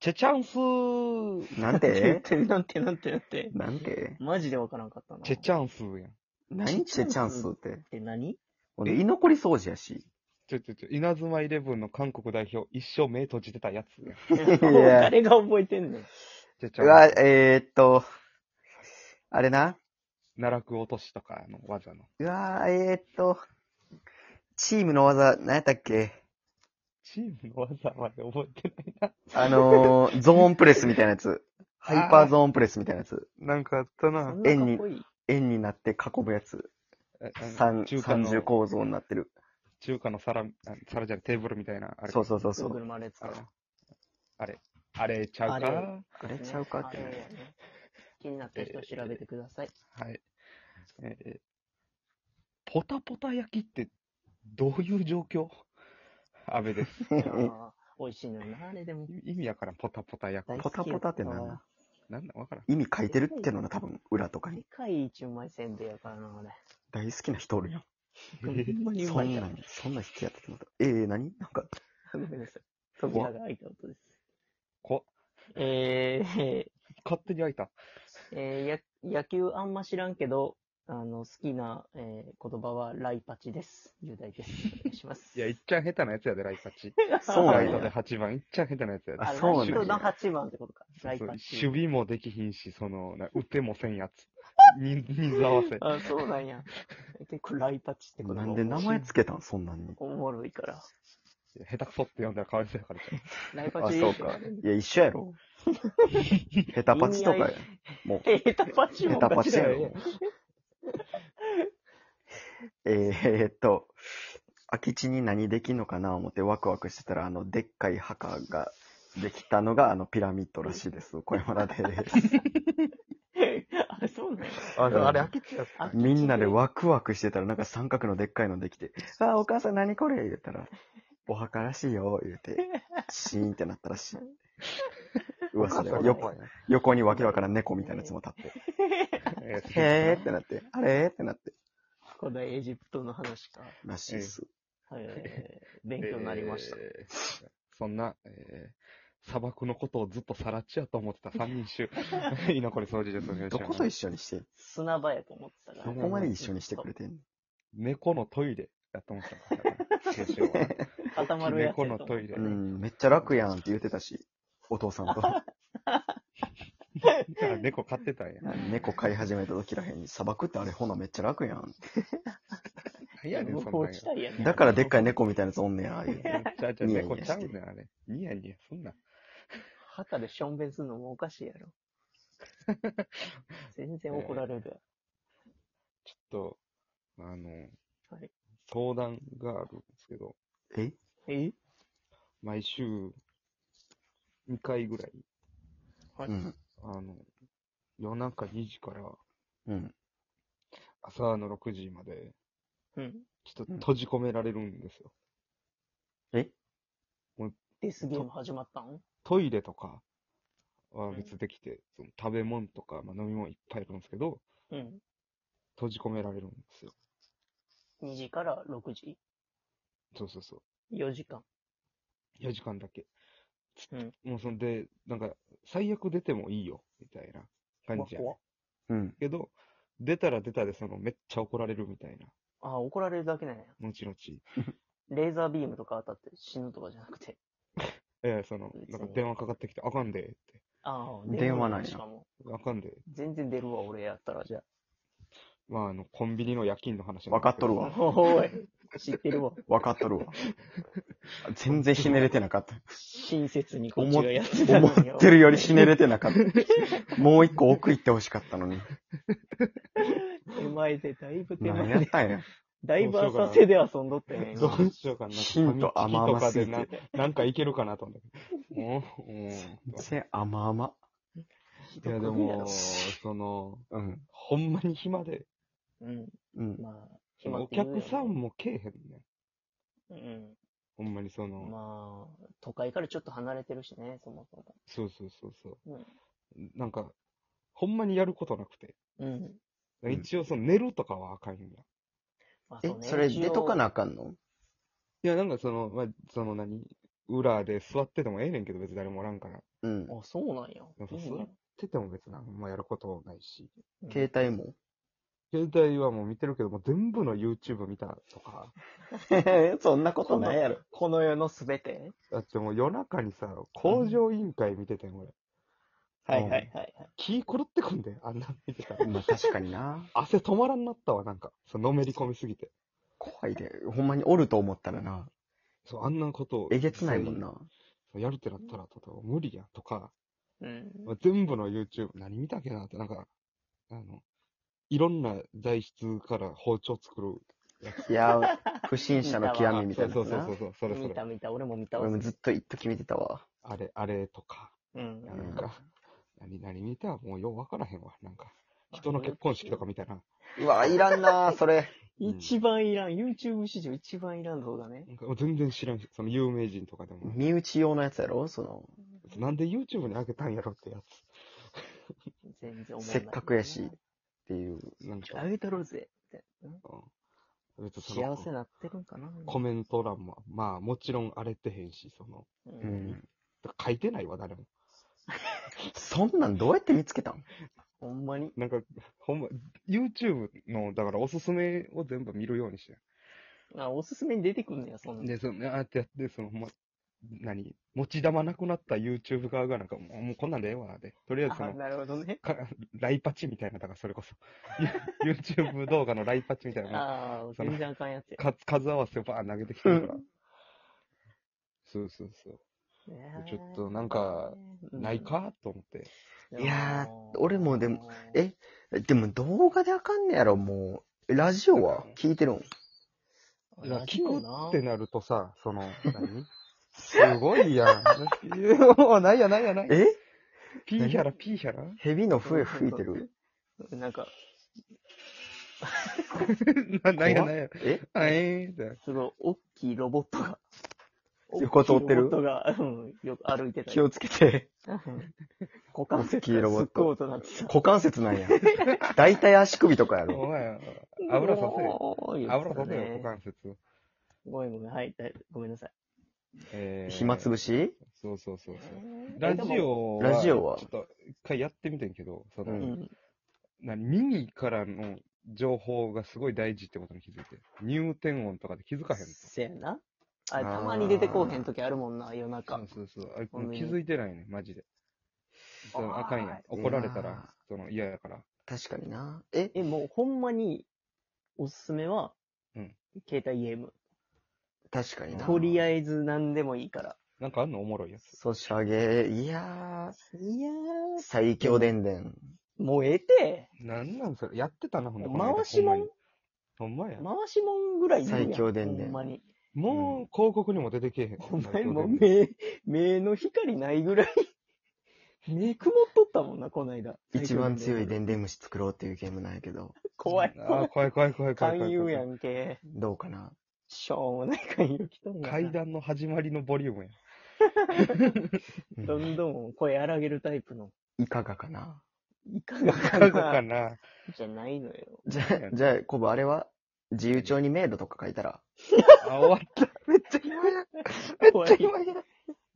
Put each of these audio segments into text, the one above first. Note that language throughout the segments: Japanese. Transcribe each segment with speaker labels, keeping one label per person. Speaker 1: チェチャンス、
Speaker 2: なん
Speaker 3: なん
Speaker 2: て
Speaker 3: て、なんて、なんて、なんて。
Speaker 2: なんて
Speaker 3: マジでわからんかったな。
Speaker 1: チェチャンスやん。
Speaker 2: 何チェチャンスって。
Speaker 3: っ て何
Speaker 2: 俺、居残り掃除やし。
Speaker 1: ちょちょちょ、稲妻イレブンの韓国代表、一生目閉じてたやつやん。
Speaker 3: 誰が覚えてんねん。
Speaker 1: チェチ
Speaker 2: うわ、
Speaker 1: ャンス。
Speaker 2: えー、っと、あれな。
Speaker 1: 奈落落としとかの技の。
Speaker 2: うわー、えー、っと、チームの技、何やったっけ
Speaker 1: チームの技まで覚えてない
Speaker 2: あのー、ゾーンプレスみたいなやつ。ハイパーゾーンプレスみたいなやつ。
Speaker 1: な。なんかあった
Speaker 3: そ。
Speaker 1: なん
Speaker 3: なかっこいい。
Speaker 2: 円になって囲むやつ。
Speaker 1: えあの
Speaker 2: 三
Speaker 1: 中華
Speaker 2: 三重
Speaker 1: の、
Speaker 2: 構造になってる。
Speaker 1: 中華の皿、あ皿じゃないテーブルみたいな。あれ
Speaker 2: そうそうそうそ。
Speaker 3: そうぐまれつ
Speaker 1: あ
Speaker 3: か
Speaker 1: れ。あれ、あれちゃう
Speaker 3: あ
Speaker 1: か
Speaker 3: れ
Speaker 2: あれちゃうかって
Speaker 3: あれやね気になった人は調べてください。
Speaker 1: はい。えーポタポタ焼きって、どういう状況安倍です。
Speaker 3: いやー美味しいのよな、あれでも。
Speaker 1: 意味やからん、ポタポタ焼
Speaker 3: 大
Speaker 1: き。
Speaker 3: 好
Speaker 2: ポ
Speaker 3: きや
Speaker 2: タ
Speaker 3: っ
Speaker 2: ポタって
Speaker 3: た
Speaker 2: なんだ
Speaker 3: わ
Speaker 1: なんだ、わからん。
Speaker 2: 意味書いてるってのな、多分、裏とか
Speaker 3: 世
Speaker 2: に。
Speaker 3: 界一うまいせんべいやからな、あれ。
Speaker 2: 大好きな人おるやん。
Speaker 3: ほんまにう
Speaker 2: そ
Speaker 3: まい
Speaker 2: ん
Speaker 3: か
Speaker 2: な
Speaker 3: ら。
Speaker 2: ん、そんな人やっててまた。えー、何なんか、
Speaker 3: ごめんなさい。扉が開いた音です。
Speaker 1: こ、
Speaker 3: えー、
Speaker 1: 勝手に開いた。。
Speaker 3: えー、や野球あんま知らんけど、あの、好きな、えー、言葉はライパチです。10代です。お願いします
Speaker 1: いや、いっ ちゃん下手なやつやで、ライパチ。
Speaker 2: そうな
Speaker 1: ラ
Speaker 2: ん
Speaker 1: イ
Speaker 2: や
Speaker 1: トで8番、いっちゃん下手なやつやで。
Speaker 3: あ、
Speaker 2: あそう
Speaker 3: そ
Speaker 2: な
Speaker 3: うん
Speaker 2: や
Speaker 3: の8番ってことか。
Speaker 1: そう
Speaker 3: ライ
Speaker 1: そう
Speaker 3: パ
Speaker 1: 守
Speaker 3: チ。
Speaker 1: 備もできひんし、その、な打てもせんやつ。に、にざわせ。
Speaker 3: あ、そうなんや。結構ライパチってこと
Speaker 2: なんで名前つけたんそんなんに。
Speaker 3: おもろいから。
Speaker 1: 下手くそって呼んだらかわいそうやからじゃん。
Speaker 3: ライパ
Speaker 2: あ、
Speaker 3: チ。
Speaker 2: そう か。いや、一緒や ろ。ヘタパチとかや。もう、
Speaker 3: えー、タパチ
Speaker 2: ヘ
Speaker 3: も
Speaker 2: タパ
Speaker 3: 勝
Speaker 2: チ
Speaker 3: ちだ
Speaker 2: や
Speaker 3: よ
Speaker 2: ろ
Speaker 3: ね。。
Speaker 2: えー、っと、空き地に何できんのかな思ってワクワクしてたら、あの、でっかい墓ができたのが、あの、ピラミッドらしいです。小山 田です。
Speaker 3: あ、そうなん
Speaker 1: あ
Speaker 3: や。
Speaker 2: うん
Speaker 1: けちゃっ
Speaker 3: あ
Speaker 2: みんなでワクワクしてたら、なんか三角のでっかいのできて、あー、お母さん何これ言ったら、お墓らしいよ、言うて、シーンってなったらしい。噂では、横横にわけわからん猫みたいなやつも立って、へーってなって、あれーってなって、
Speaker 3: 古代エジプトの話か。
Speaker 2: らしいです。
Speaker 3: はいはいはい。勉強になりました。
Speaker 1: えーそんな、えー砂漠のことをずっとさらっちやと思ってた三人衆。居残り掃除です。お願いし
Speaker 2: ど
Speaker 1: ます
Speaker 2: こと一緒にして、
Speaker 3: 砂場やと思ってたから
Speaker 2: ど
Speaker 3: ね。
Speaker 2: こまで一緒にしてくれてんの
Speaker 1: 猫のトイレやと思ってたから。先週は
Speaker 3: 固まるやつ
Speaker 1: 猫
Speaker 3: や
Speaker 1: の
Speaker 3: と思
Speaker 1: ト
Speaker 3: う
Speaker 1: イレ
Speaker 2: う。ん、めっちゃ楽やんって言ってたし、お父さ んと。
Speaker 1: あ猫飼ってたんや。
Speaker 2: 猫飼い始めた時らへんに、砂漠ってあれほなめっちゃ楽やん。
Speaker 1: 何やねん、
Speaker 3: 無
Speaker 1: そん
Speaker 3: 法
Speaker 1: なんや
Speaker 3: 地。帯やね。
Speaker 2: だからでっかい猫みたいなやつおんねや、言うて
Speaker 1: ちゃうちゃう、
Speaker 2: ニヤニ
Speaker 1: 猫
Speaker 2: ヤして
Speaker 1: ちゃうねん、あれ。ニヤニヤ、そんな。
Speaker 3: 墓でしょんべんするのもおかしいや ろ。全然怒られる。
Speaker 1: ちょっと、あの、
Speaker 3: はい
Speaker 1: 相談があるんですけど、
Speaker 2: え。
Speaker 3: え
Speaker 1: 毎週2回ぐらい、
Speaker 3: はいう
Speaker 2: ん。
Speaker 1: あの、夜中2時から
Speaker 2: うん。
Speaker 1: 朝の6時まで、
Speaker 3: うん。
Speaker 1: ちょっと閉じ込められるんですよ。
Speaker 3: デスゲーム始まったん
Speaker 1: トイレとかは
Speaker 3: うん
Speaker 1: 別できて、その食べ物とか、まあ、飲み物いっぱいあるんですけど、
Speaker 3: うん。
Speaker 1: 閉じ込められるんですよ。
Speaker 3: 2時から6時
Speaker 1: そうそうそう。
Speaker 3: ?4 時間。
Speaker 1: 4時間だけ。
Speaker 3: うん。
Speaker 1: もうそんで、なんか、最悪出てもいいよ、みたいな感じやね、
Speaker 3: 怖っ
Speaker 2: うん。
Speaker 1: けど、出たら出たで、その、めっちゃ怒られるみたいな。
Speaker 3: あ、怒られるだけなんや。
Speaker 1: 後々。
Speaker 3: レーザービームとか当たって死ぬとかじゃなくて。
Speaker 1: ええその、
Speaker 3: 別
Speaker 1: なんか
Speaker 3: に
Speaker 1: 電話かかってきて、あかんで、って。
Speaker 3: ああ、
Speaker 2: 電話なんや
Speaker 3: しかも。
Speaker 1: あかんで。
Speaker 3: 全然出るわ、俺やったら、じゃ
Speaker 1: まあ、あの、コンビニの夜勤の話
Speaker 2: わかっとる
Speaker 3: あ
Speaker 2: わ。。
Speaker 3: おい、知ってるわ。
Speaker 2: わかっとる わ。全然ひねれてなかった。
Speaker 3: 親切にこっちがやってた
Speaker 2: 思
Speaker 3: のに。
Speaker 2: ってるよりひねれてなかった。 もう一個奥行ってほしかったのに。
Speaker 3: 手前で、だいぶ手
Speaker 2: 何
Speaker 3: 前
Speaker 2: やっ
Speaker 3: で。
Speaker 2: たんや。
Speaker 3: だいぶ浅瀬で遊んどったよね、
Speaker 1: ど
Speaker 3: 今
Speaker 1: うしようかな。
Speaker 2: ヒント甘々すぎて
Speaker 1: 紙切りとかでななんかいけるかなと思って。もう、もう。い
Speaker 2: せ、甘々。
Speaker 1: や、で
Speaker 3: 毒や
Speaker 1: も、
Speaker 3: ろ
Speaker 1: その、
Speaker 2: うん。
Speaker 1: ほんまに暇で、
Speaker 3: うん。
Speaker 2: うん。
Speaker 3: まあ、
Speaker 1: その
Speaker 3: 暇っ
Speaker 1: お
Speaker 3: て言うよ
Speaker 1: 客
Speaker 3: ね
Speaker 1: さんもけえへんねん。
Speaker 3: うん。
Speaker 1: ほんまにその、
Speaker 3: まあ、都会からちょっと離れてるしね、そもそも。
Speaker 1: そうそうそうそう、
Speaker 3: うん
Speaker 1: なんか、ほんまにやることなくて。
Speaker 3: うん。
Speaker 2: うん
Speaker 1: 一応、その、寝るとかはあかんや。
Speaker 3: まあ
Speaker 2: え
Speaker 3: う、ね
Speaker 2: それ出とか
Speaker 3: 一応
Speaker 2: なあかんの
Speaker 1: いや、なんかその、まあ、その何、裏で座っててもええねんけど、別に誰もおらんから。
Speaker 2: うん。
Speaker 3: あ、そうなんや。
Speaker 1: でもさ
Speaker 3: いい
Speaker 1: 座っ
Speaker 3: ね
Speaker 1: てても別に何もやることないし。
Speaker 3: うん
Speaker 2: 携帯も
Speaker 1: 携帯はもう見てるけど、もう全部の YouTube 見たとか。
Speaker 2: そんなことないやろ。
Speaker 3: この世のすべて。
Speaker 1: だってもう夜中にさ、工場委員会見ててん、俺。
Speaker 3: はいはいはいはい。
Speaker 1: 気狂ってくんで、あんなん見てたら。
Speaker 2: まあ確かにな。
Speaker 1: 汗止まらんなったわ、なんか。そう、のめり込みすぎて。
Speaker 2: 怖いで。ほんまにおると思ったらな。
Speaker 1: そう、あんなことを。
Speaker 2: えげつないもんな。
Speaker 1: そう。やるってなったら、とても無理やんとか、
Speaker 3: うん。
Speaker 1: まあ全部の YouTube、何見たっけなって、なんか、あの、いろんな材質から包丁作る。
Speaker 2: いや、不審者の極みみたいな。
Speaker 1: そうそうそうそう、それそ
Speaker 3: 見た
Speaker 1: れ。
Speaker 3: 見た、俺も見たわ
Speaker 2: 俺。もずっと一時見てたわ。
Speaker 1: あれ、あれとか。
Speaker 3: うん
Speaker 1: なんか、何、何見たもうようわからへんわ。なんか、人の結婚式とか見たな。
Speaker 2: うわ、いらんなそれ。
Speaker 3: 一番いらん、YouTube 史上一番いらん動画ね。
Speaker 1: なんかもう全然知らんし、その有名人とかでも。
Speaker 2: 身内用のやつやろその、
Speaker 1: なんで YouTube にあげたんやろってや
Speaker 3: 全然思
Speaker 2: せっかくやし、っていう。
Speaker 1: つ。なんか
Speaker 3: あ、げたろうぜ。うん
Speaker 1: うん別にその
Speaker 3: 幸せなってるんかな。
Speaker 1: コメント欄も、まあもちろん荒れてへんし、その、
Speaker 3: う。
Speaker 2: うんん。
Speaker 1: 書いてないわ、誰も。
Speaker 2: そんなんどうやって見つけたん
Speaker 3: ほんまに。
Speaker 1: なんか、ほんま、YouTube の、だからおすすめを全部見るようにして。
Speaker 3: あ、おすすめに出てくんねや、そんなん。
Speaker 1: で、その、あーってやって、その、ま、何持ち玉なくなった YouTube 側がなんか、もうもうこんなんでええわ、で。とりあえずそ
Speaker 3: あ、
Speaker 1: の、
Speaker 3: なるほどね。
Speaker 1: かライパチみたいな、だからそれこそ。 ユ YouTube 動画のライパチみたいな。
Speaker 3: ああ、
Speaker 1: その
Speaker 3: 全然あかんやつや。
Speaker 1: か数合わせをバーン投げてきてるから。そうそうそう。ちょっとなんか
Speaker 3: うん、
Speaker 1: ないかと思って。
Speaker 2: いやー俺もでも、えでも動画であかんねやろ、もう。ラジオは聞いてるん
Speaker 1: いや
Speaker 3: ラジ
Speaker 1: 聞く
Speaker 3: オな
Speaker 1: ってなるとさ、 その、何すごいやん。 いやもうないやないやない。
Speaker 2: え
Speaker 1: ピーヒャラ、ピーヒャラ
Speaker 2: 蛇の笛吹いてる
Speaker 3: なんか、
Speaker 1: ななんやなんや。
Speaker 2: え
Speaker 1: あえーって。
Speaker 3: すごい、大きいロボッ トが。
Speaker 2: 横通ってる
Speaker 3: 大きいロボットが、うん、よく歩いてた
Speaker 2: 気
Speaker 3: よ。
Speaker 2: をつけて。
Speaker 3: うん股関
Speaker 2: 大きい
Speaker 3: 節
Speaker 2: ロ
Speaker 3: が
Speaker 2: ボ
Speaker 3: す
Speaker 2: ッ
Speaker 3: っ
Speaker 2: ト
Speaker 3: ごい音なってた。
Speaker 2: 股関節なんや。だいたい足首とかや
Speaker 1: お
Speaker 2: ろ。
Speaker 1: 前、油させよ。
Speaker 3: おー言って
Speaker 1: 油
Speaker 3: た
Speaker 1: させよ、股
Speaker 3: ね
Speaker 1: 関節。
Speaker 3: ごめんごめん、はい、だいごめんなさい。
Speaker 1: えー
Speaker 2: 暇つぶし
Speaker 1: そうそうそうそう。
Speaker 3: えー
Speaker 1: ラジ、オは、
Speaker 2: ラジオは
Speaker 1: ちょっと、一回やってみてんけど、その、
Speaker 2: う
Speaker 3: でもうんん、
Speaker 1: な耳からの情報がすごい大事ってことに気づいて。入店音とかで気づかへんと。
Speaker 3: せやな。あれ、たまに出てこうへん時あるもんな、夜中。
Speaker 1: そうそうそう。あれ
Speaker 3: ほんで
Speaker 1: 気づいてないね、マジで。その
Speaker 3: あー
Speaker 1: あかんやん。怒られた
Speaker 2: いやー
Speaker 1: ら、その嫌やから。
Speaker 2: 確かにな。え
Speaker 3: え、もうほんまに、おすすめは、
Speaker 1: うん
Speaker 3: 携帯ゲーム。
Speaker 2: 確かにな。
Speaker 3: とり
Speaker 2: え
Speaker 3: あえず何でもいいから。
Speaker 1: なんかあんのおもろいやつ。
Speaker 2: ず。ソシャゲ、いや
Speaker 3: いや
Speaker 2: ー、最強でんでん。
Speaker 3: ー、もうええて、
Speaker 1: なんなんそれ。やってたな、ほんで。この間
Speaker 3: 回しもん、
Speaker 1: ほんまにほんまや。
Speaker 3: 回しもんぐらいいるやん
Speaker 2: 最強でんねん
Speaker 3: ほんまに。
Speaker 1: もう広告にも出てけえへん。
Speaker 3: お前もう
Speaker 1: う
Speaker 3: 目、目の光ないぐらい、目曇っとったもんな、こないだ。
Speaker 2: 一番強い
Speaker 3: で。
Speaker 2: でんでん虫作ろうっていうゲームなんやけど、
Speaker 3: 怖い。
Speaker 1: あー怖い怖い怖い怖い怖い。
Speaker 3: 勧誘やんけ。
Speaker 2: どうかな。
Speaker 3: しょうもない勧誘来とんがな
Speaker 1: 階段の始まりのボリュームや。
Speaker 2: うん
Speaker 3: どんどん声荒げるタイプの。
Speaker 2: いかがかな。
Speaker 3: いかが
Speaker 1: い
Speaker 3: か
Speaker 1: か
Speaker 3: な
Speaker 1: がかな。
Speaker 3: じゃないのよ。
Speaker 2: じゃあ、じゃあ、コブ、あれは自由帳に迷路とか書いたら、
Speaker 1: あ、終わった。めっちゃ暇や。
Speaker 3: 怖
Speaker 1: めっ
Speaker 3: い
Speaker 1: ちゃ。暇や。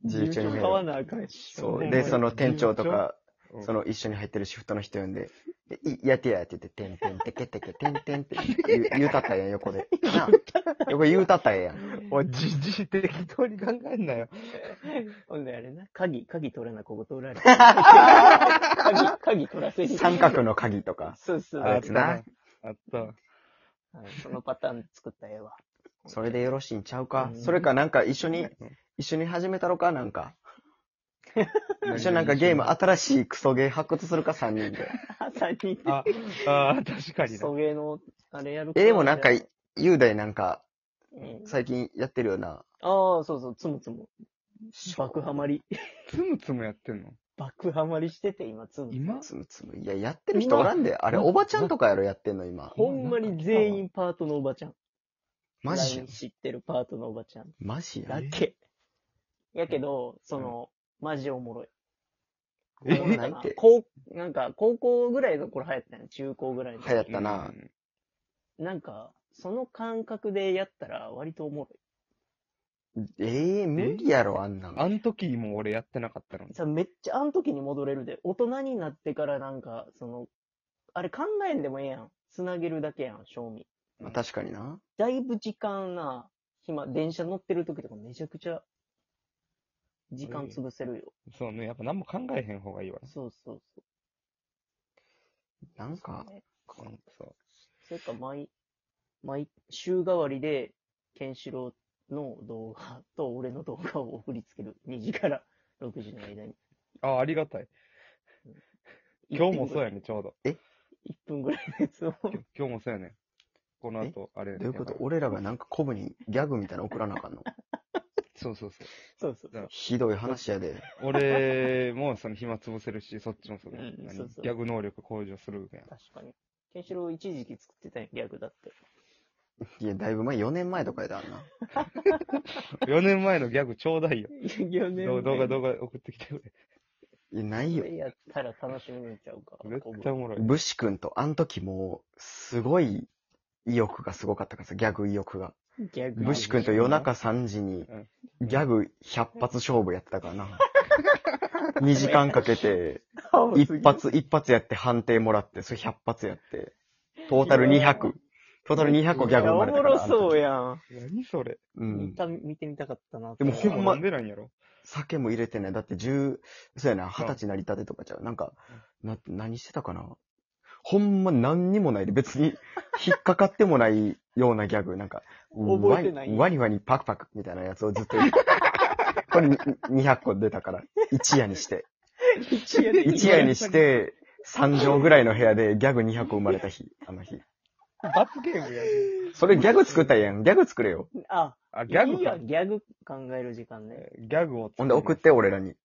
Speaker 2: 自由帳に迷
Speaker 3: 買わ
Speaker 2: 路。
Speaker 3: なあかんし。
Speaker 2: そう。で、その店長とか、
Speaker 1: うん
Speaker 2: その一緒に入ってるシフトの人呼んで、でいやってやって言って、てんてんてけてけ、てんてんって言 う言うたったんやん、横で。なあ横言うたったんやん。
Speaker 1: おい、じじい適当に考えんなよ。
Speaker 3: ほんであれな、鍵、鍵取らな、ここ取 られ。鍵、鍵取らせる。
Speaker 2: 三角の鍵とか。
Speaker 3: そうそう。
Speaker 2: あ
Speaker 3: は
Speaker 2: や
Speaker 3: い
Speaker 2: つな。
Speaker 1: あったな。
Speaker 3: そのパターン作ったらええわ。
Speaker 2: それでよろしいんちゃうか。
Speaker 3: うん
Speaker 2: それかなんか一緒
Speaker 1: う
Speaker 2: に、
Speaker 1: ん
Speaker 2: 一緒に始めたろか、なん か。
Speaker 1: あった。
Speaker 2: 一緒になんかゲーム、
Speaker 1: あっ
Speaker 2: 新しいクソゲー発掘するか、三人で。
Speaker 3: 最近、
Speaker 1: あ、あー確かにな。
Speaker 3: 送迎の、あれやる
Speaker 2: え、でもなんか
Speaker 3: うん、
Speaker 2: 雄大なんか、最近やってるよな。
Speaker 3: ああ、そうそう、つむつむ。爆ハマり。
Speaker 1: つむつむやってんの
Speaker 3: 爆ハマりしてて、今、つむつむ。
Speaker 1: 今
Speaker 2: つむつむ。いや、やってる人おらんで。あれ、おばちゃんとかやろ、やってんの、今。
Speaker 3: ほんまに全員パートのおばちゃん。
Speaker 2: マジ
Speaker 3: LINE 知ってるパートのおばちゃん。
Speaker 2: マジや
Speaker 3: だ。け。やけど、その、マジおもろい。
Speaker 2: え
Speaker 3: こうなん
Speaker 2: なん
Speaker 3: か
Speaker 2: て
Speaker 3: 高なんか、高校ぐらいの頃流行ったん中高ぐらいの。
Speaker 2: 流行ったな。
Speaker 3: なんか、その感覚でやったら割とおもろい。
Speaker 2: ええ無理やろ、あんなん。
Speaker 1: あん時も俺やってなかったのに。
Speaker 3: さ、めっちゃあの時に戻れるで。大人になってからなんか、その、あれ考えんでもええやん。つなげるだけやん、賞味。
Speaker 2: まあ、確かにな。
Speaker 3: だいぶ時間な、暇、電車乗ってる時とかめちゃくちゃ、時間潰せるよ。
Speaker 1: そうね、やっぱ何も考えへん方がいいわな。
Speaker 3: そうそうそう。
Speaker 2: なんか、
Speaker 1: このそう。
Speaker 3: それか、毎、毎週替わりで、ケンシロウの動画と俺の動画を送りつける。2時から6時の間に。
Speaker 1: あ、ありがたい。今日もそうやね、ちょうど。
Speaker 3: 1分ぐらいのやつを。
Speaker 1: 今日今日もそうやね。この後、あれ。
Speaker 2: どういうこと
Speaker 1: やば
Speaker 2: 俺らがなんかコブにギャグみたいなの送らなあ かんの
Speaker 1: そうそうそう。
Speaker 3: そうそ
Speaker 1: だ
Speaker 3: うそ
Speaker 1: か
Speaker 3: う
Speaker 1: ら。
Speaker 2: ひどい話やで。
Speaker 1: 俺もその暇潰せるし、そっちもその、
Speaker 3: うん
Speaker 1: 何
Speaker 3: そうそう
Speaker 1: ギャグ能力向上するやん。
Speaker 3: 確かに。ケンシロウ一時期作ってたやん、ギャグだって。
Speaker 2: いや、だいぶ前、4年前とかやで、あんな。
Speaker 1: 4年前のギャグちょうだいよ。
Speaker 3: いや、ね
Speaker 1: 動画動画送ってきてくれ。
Speaker 2: いや、ない
Speaker 3: そ
Speaker 2: よ。
Speaker 3: れやったら楽しみになっちゃうか。
Speaker 1: 絶対おもろい。
Speaker 2: 武士君と、あの時もう、すごい、意欲がすごかったからさ、ギャグ意欲が。
Speaker 3: ギャグ。
Speaker 2: 武士君と夜中3時に
Speaker 1: うん、
Speaker 2: ギャグ100発勝負やってた からな。2時間かけて、一発、一発やって判定もらって、それ100発やって、トータル
Speaker 3: いや
Speaker 2: 200。トータル200個ギャグ生まれ
Speaker 3: お
Speaker 2: たから。
Speaker 3: もろそうやん。
Speaker 1: 何それ。
Speaker 2: う
Speaker 3: 見
Speaker 2: ん。
Speaker 3: た、見てみたかったな。
Speaker 2: でもほんま
Speaker 1: 飲んでないんやろ。
Speaker 2: 酒も入れてない。だって十、そうやな、二十歳なりたてとかちゃう。なんか、な、何してたかな。ほんま何にもないで、別に引っかかってもないようなギャグ。なんか、
Speaker 3: 覚えてない
Speaker 2: ワニワニワニパクパクみたいなやつをずっと言って。 これに200個出たから、一夜に して。
Speaker 3: 一夜
Speaker 2: 一夜にして、3畳ぐらいの部屋でギャグ200個生まれた日、あの日。
Speaker 1: 罰ゲームやね
Speaker 2: それギャグ作ったらええやん。ギャグ作れよ。
Speaker 3: あ、
Speaker 1: あ、ギ
Speaker 3: ギャ
Speaker 1: ャ
Speaker 3: グ
Speaker 1: グ
Speaker 3: や
Speaker 1: か
Speaker 3: ん。。ギャグ考える時間ね。
Speaker 1: ギャグを作る
Speaker 2: ほんで送って、俺らに。